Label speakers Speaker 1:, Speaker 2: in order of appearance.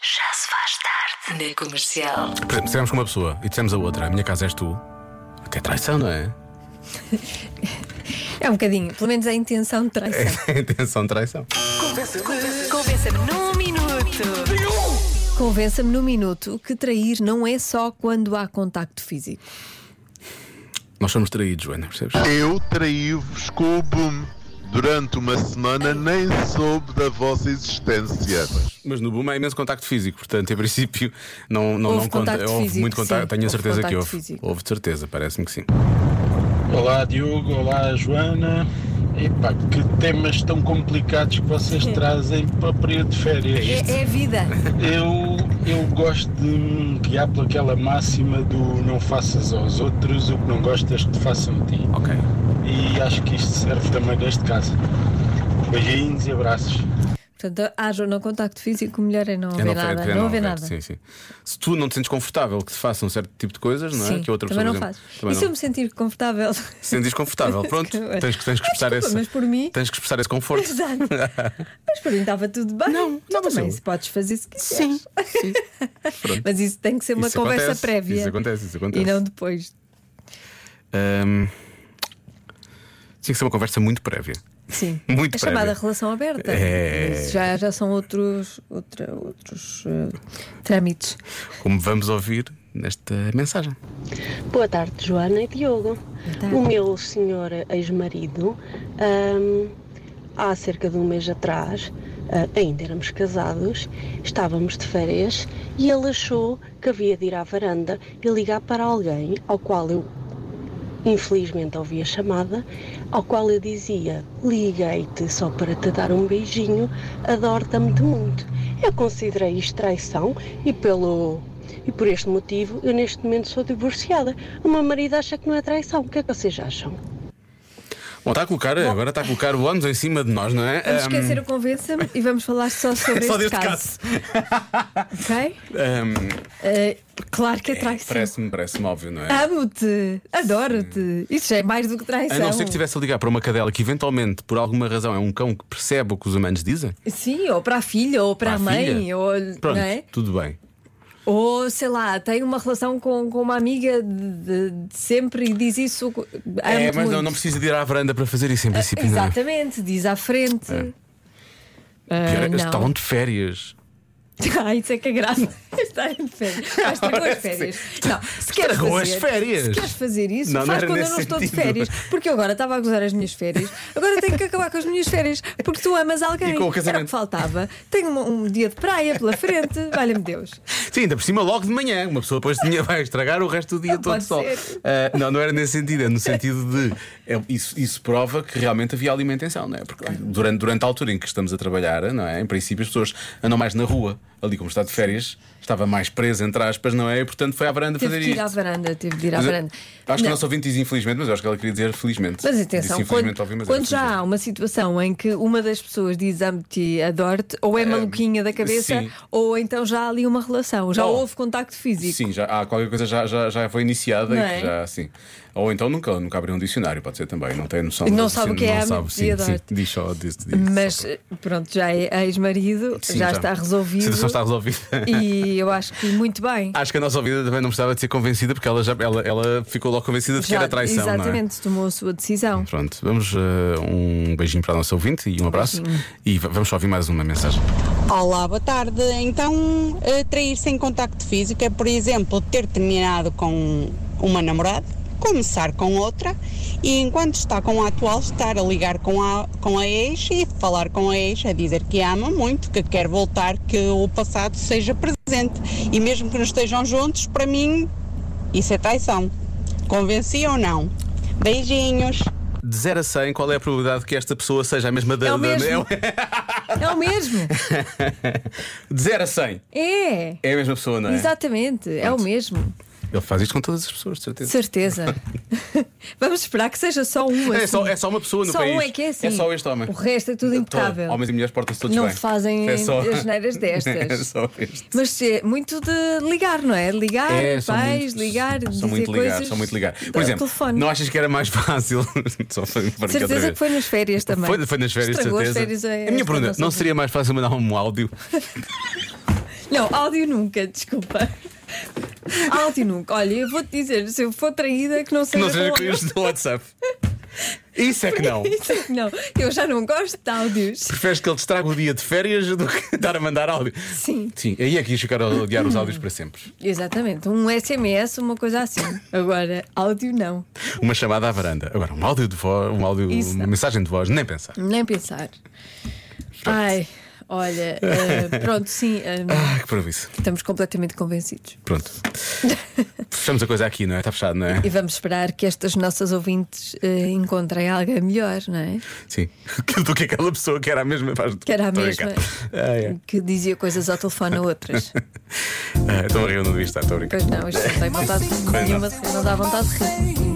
Speaker 1: Já se faz tarde na comercial.
Speaker 2: Por exemplo, estivemos com uma pessoa e dissemos a outra: A minha casa és tu. Que é traição, não é?
Speaker 3: É um bocadinho, pelo menos a intenção de traição.
Speaker 2: É intenção de traição.
Speaker 1: Convença-me num minuto.
Speaker 3: Convença-me num minuto que trair não é só quando há contacto físico.
Speaker 2: Nós somos traídos, Joana, percebes?
Speaker 4: Eu traí-vos com o boom. Durante uma semana nem soube da vossa existência.
Speaker 2: Mas no boom há imenso contacto físico, portanto, em princípio, não, não,
Speaker 3: Houve
Speaker 2: não conta.
Speaker 3: contacto
Speaker 2: houve
Speaker 3: físico,
Speaker 2: muito contacto,
Speaker 3: sim.
Speaker 2: tenho a
Speaker 3: Houve
Speaker 2: certeza que
Speaker 3: contacto
Speaker 2: houve.
Speaker 3: físico.
Speaker 2: Houve de certeza, parece-me que sim.
Speaker 5: Olá Diogo, olá Joana. Epá, que temas tão complicados que vocês trazem para o período de férias.
Speaker 3: É, é a vida.
Speaker 5: Eu, eu gosto de me guiar por aquela máxima do não faças aos outros o que não gostas que te façam a ti.
Speaker 2: Ok.
Speaker 5: E acho que isto serve também neste caso. Beijinhos e abraços.
Speaker 3: Portanto, haja ou não contacto físico, o melhor é não haver
Speaker 2: não
Speaker 3: nada.
Speaker 2: é
Speaker 3: não
Speaker 2: oferece,
Speaker 3: haver nada.
Speaker 2: Sim, sim. Se tu não te sentes confortável que te façam um certo tipo de coisas, não é?
Speaker 3: Sim,
Speaker 2: que a outra
Speaker 3: também
Speaker 2: pessoa,
Speaker 3: não
Speaker 2: por
Speaker 3: faz.
Speaker 2: exemplo,
Speaker 3: E
Speaker 2: também
Speaker 3: se
Speaker 2: não-
Speaker 3: eu me sentir confortável?
Speaker 2: Se sentes desconfortável, pronto,
Speaker 3: Que-
Speaker 2: tens que, tens que
Speaker 3: Ah,
Speaker 2: expressar
Speaker 3: desculpa,
Speaker 2: esse.
Speaker 3: mas por mim-
Speaker 2: Tens que expressar esse conforto.
Speaker 3: Exato. Mas para mim estava tudo bem.
Speaker 2: Não,
Speaker 3: tu
Speaker 2: não, mas
Speaker 3: também
Speaker 2: eu-
Speaker 3: se podes fazer se quiseres.
Speaker 2: sim. Pronto.
Speaker 3: Mas isso tem que ser uma
Speaker 2: Isso
Speaker 3: conversa
Speaker 2: acontece,
Speaker 3: prévia.
Speaker 2: isso acontece, isso acontece.
Speaker 3: E não depois.
Speaker 2: Ahm, Tinha que ser uma conversa muito prévia.
Speaker 3: Sim.
Speaker 2: Muito
Speaker 3: é chamada
Speaker 2: prévia.
Speaker 3: relação aberta.
Speaker 2: É.
Speaker 3: Mas Já, já são outros, outra, outros eh, trâmites.
Speaker 2: Como vamos ouvir nesta mensagem.
Speaker 6: Boa tarde, Joana e Diogo.
Speaker 3: tarde.
Speaker 6: O meu senhor ex-marido, hum, há cerca de um mês atrás, ah, ainda éramos casados, estávamos de férias e ele achou que havia de ir à varanda e ligar para alguém ao qual eu infelizmente ouvi a chamada, ao qual eu dizia: Liguei-te só para te dar um beijinho, adoro-te-me de muito. Eu considerei isto traição e, pelo, e por este motivo eu neste momento sou divorciada. O meu marido acha que não é traição. O que é que vocês acham?
Speaker 2: Bom, tá está a colocar, agora está a colocar o ânus em cima de nós, não é?
Speaker 3: Vamos
Speaker 2: Ahm,
Speaker 3: esquecer o convença-me e vamos falar só sobre
Speaker 2: só
Speaker 3: este
Speaker 2: deste
Speaker 3: caso. Ok?
Speaker 2: ahm,
Speaker 3: Eh, claro que é traição.
Speaker 2: Parece-me parece óbvio, não é?
Speaker 3: Ah, Amo-te, adoro-te. Isso já é mais do que traição.
Speaker 2: A não ser que tipo estivesse a ligar para uma cadela que, eventualmente, por alguma razão, é um cão que percebe o que os humanos dizem.
Speaker 3: Sim, ou para a filha, ou para,
Speaker 2: Para
Speaker 3: a mãe,
Speaker 2: filha.
Speaker 3: ou
Speaker 2: Pronto,
Speaker 3: não é?
Speaker 2: tudo bem.
Speaker 3: Ou sei lá, tem uma relação com, com uma amiga de, de- de sempre e diz isso.
Speaker 2: é,
Speaker 3: amo-te
Speaker 2: mas não,
Speaker 3: muito. Ah,
Speaker 2: não precisa de ir à varanda para fazer isso, em princípio, não é?
Speaker 3: Exatamente, diz à frente. Ah,
Speaker 2: Pior é, eles
Speaker 3: não.
Speaker 2: estavam de férias.
Speaker 3: Ah, isso é que é grave. Está em férias. Ah, Estragou as férias. Não, se queres
Speaker 2: Estragou as
Speaker 3: fazer,
Speaker 2: férias.
Speaker 3: Se queres fazer isso,
Speaker 2: Não, não
Speaker 3: faz
Speaker 2: era
Speaker 3: quando eu
Speaker 2: nesse
Speaker 3: não estou de
Speaker 2: sentido.
Speaker 3: férias. Porque eu agora estava a gozar as minhas férias. Agora tenho que acabar com as minhas férias. Porque tu amas alguém.
Speaker 2: E com o
Speaker 3: Era o
Speaker 2: casamento.
Speaker 3: que faltava. Tenho uma- um dia de praia pela frente. Valha-me Deus.
Speaker 2: Sim, ainda por cima logo de manhã. Uma pessoa depois tinha vai estragar o resto do dia
Speaker 3: Não
Speaker 2: todo
Speaker 3: pode
Speaker 2: só.
Speaker 3: ser.
Speaker 2: Ah, não, não era nesse sentido, é no sentido de é, isso, isso prova que realmente havia alimentação, não é? Porque durante, durante a altura em que estamos a trabalhar, não é? Em princípio as pessoas andam mais na rua, ali como está de férias, estava mais presa, entre aspas, não é? E portanto foi à varanda
Speaker 3: Teve
Speaker 2: fazer
Speaker 3: de ir à
Speaker 2: isto.
Speaker 3: varanda. Teve de ir à
Speaker 2: Mas eu-
Speaker 3: varanda.
Speaker 2: Acho que
Speaker 3: Não.
Speaker 2: o nosso ouvinte diz infelizmente, mas eu acho que ela queria dizer felizmente.
Speaker 3: Mas atenção,
Speaker 2: Disse
Speaker 3: quando,
Speaker 2: infelizmente, ouvi, mas era
Speaker 3: quando já há uma situação em que uma das pessoas diz amo-te, adoro-te, ou é maluquinha da cabeça,
Speaker 2: sim.
Speaker 3: ou então já há ali uma relação, já
Speaker 2: Oh.
Speaker 3: houve contacto físico.
Speaker 2: Sim, já há qualquer coisa já, já, já foi iniciada
Speaker 3: Não
Speaker 2: e
Speaker 3: é?
Speaker 2: que já sim. Ou então nunca, nunca abriu um dicionário, pode ser também, não tem noção
Speaker 3: E não
Speaker 2: do
Speaker 3: sabe o que
Speaker 2: dicionário,
Speaker 3: é
Speaker 2: não
Speaker 3: amigo
Speaker 2: sabe,
Speaker 3: de
Speaker 2: sim, sim.
Speaker 3: adorte.
Speaker 2: Diz só disso, disso.
Speaker 3: Mas eh, pronto, já é ex-marido,
Speaker 2: Sim,
Speaker 3: já, está
Speaker 2: A
Speaker 3: resolvido.
Speaker 2: situação está Ah, resolvida.
Speaker 3: E eu acho que muito bem.
Speaker 2: Acho que a nossa ouvida também não precisava de ser convencida porque ela, já, ela, ela ficou logo convencida de que
Speaker 3: Já-
Speaker 2: era traição, não é?
Speaker 3: exatamente, tomou a sua decisão.
Speaker 2: Pronto, vamos eh, um beijinho para a nossa ouvinte e um abraço. E va- vamos só ouvir mais uma mensagem.
Speaker 7: Olá, boa tarde. Então, eh, trair sem contacto físico é, por exemplo, ter terminado com uma namorada, começar com outra e, enquanto está com a atual, estar a ligar com a, com a ex e falar com a ex, a dizer que ama muito, que quer voltar, que o passado seja presente. E mesmo que não estejam juntos, para mim, isso é traição. Convenci ou não? Beijinhos.
Speaker 2: De 0 a 100, qual é a probabilidade que esta pessoa seja a mesma da.
Speaker 3: É
Speaker 2: da-
Speaker 3: o mesmo. É o mesmo.
Speaker 2: de 0 a 100,
Speaker 3: É.
Speaker 2: é a mesma pessoa, não é?
Speaker 3: Exatamente, é o mesmo.
Speaker 2: Ele faz isto com todas as pessoas, de certeza.
Speaker 3: Certeza. Vamos esperar que seja só um.
Speaker 2: É
Speaker 3: assim.
Speaker 2: só, é só uma pessoa no
Speaker 3: Só
Speaker 2: país.
Speaker 3: um é que é assim.
Speaker 2: É só este homem.
Speaker 3: O resto é tudo impecável.
Speaker 2: Homens e mulheres portam-se todos
Speaker 3: Não
Speaker 2: bem.
Speaker 3: fazem
Speaker 2: é só...
Speaker 3: as neiras destas.
Speaker 2: é só este.
Speaker 3: Mas é muito de ligar, não é? Ligar,
Speaker 2: É,
Speaker 3: pais,
Speaker 2: são muito-
Speaker 3: ligar, dizer
Speaker 2: são muito ligar,
Speaker 3: coisas
Speaker 2: são muito ligar.
Speaker 3: ao
Speaker 2: Por exemplo,
Speaker 3: telefone.
Speaker 2: não achas que era mais fácil? Só foi para aqui outra
Speaker 3: Certeza
Speaker 2: vez.
Speaker 3: que foi nas férias também.
Speaker 2: Foi, foi nas férias,
Speaker 3: Estragou
Speaker 2: certeza.
Speaker 3: As férias
Speaker 2: a minha pergunta, não
Speaker 3: seria
Speaker 2: seria mais fácil mandar um áudio?
Speaker 3: Não, áudio nunca, desculpa. Áudio nunca. Olha, eu vou-te dizer, se eu for traída, que não
Speaker 2: Que
Speaker 3: seja,
Speaker 2: não seja
Speaker 3: com
Speaker 2: com
Speaker 3: áudio.
Speaker 2: isto do WhatsApp. Isso é que não.
Speaker 3: Isso é que não, eu já não gosto de áudios.
Speaker 2: Preferes que ele te estrague o dia de férias do que estar a mandar áudio.
Speaker 3: Sim.
Speaker 2: Sim, aí é que ias ficar a odiar os áudios para sempre.
Speaker 3: Exatamente, um SMS, uma coisa assim. Agora, áudio não,
Speaker 2: Uma chamada à varanda. Agora, um áudio de voz, um áudio,
Speaker 3: Isso
Speaker 2: uma
Speaker 3: não.
Speaker 2: mensagem de voz, nem pensar.
Speaker 3: nem pensar. Ai, olha, eh, pronto, sim, eh,
Speaker 2: Ah, que previsto.
Speaker 3: estamos completamente convencidos.
Speaker 2: Pronto. Fechamos a coisa aqui, não é? Está fechado, não é?
Speaker 3: E vamos esperar que estas nossas ouvintes eh, encontrem alguém melhor, não é?
Speaker 2: Sim. Do que aquela pessoa que era a mesma. faz-
Speaker 3: Que era a
Speaker 2: Estou
Speaker 3: mesma.
Speaker 2: brincar. Ah, é.
Speaker 3: Que dizia coisas ao telefone a outras.
Speaker 2: Ah, Estou a rir, eu não devia estar, estou a brincar.
Speaker 3: Pois não, isto não tem vontade
Speaker 2: não.
Speaker 3: nenhuma, de rir, não dá vontade de rir.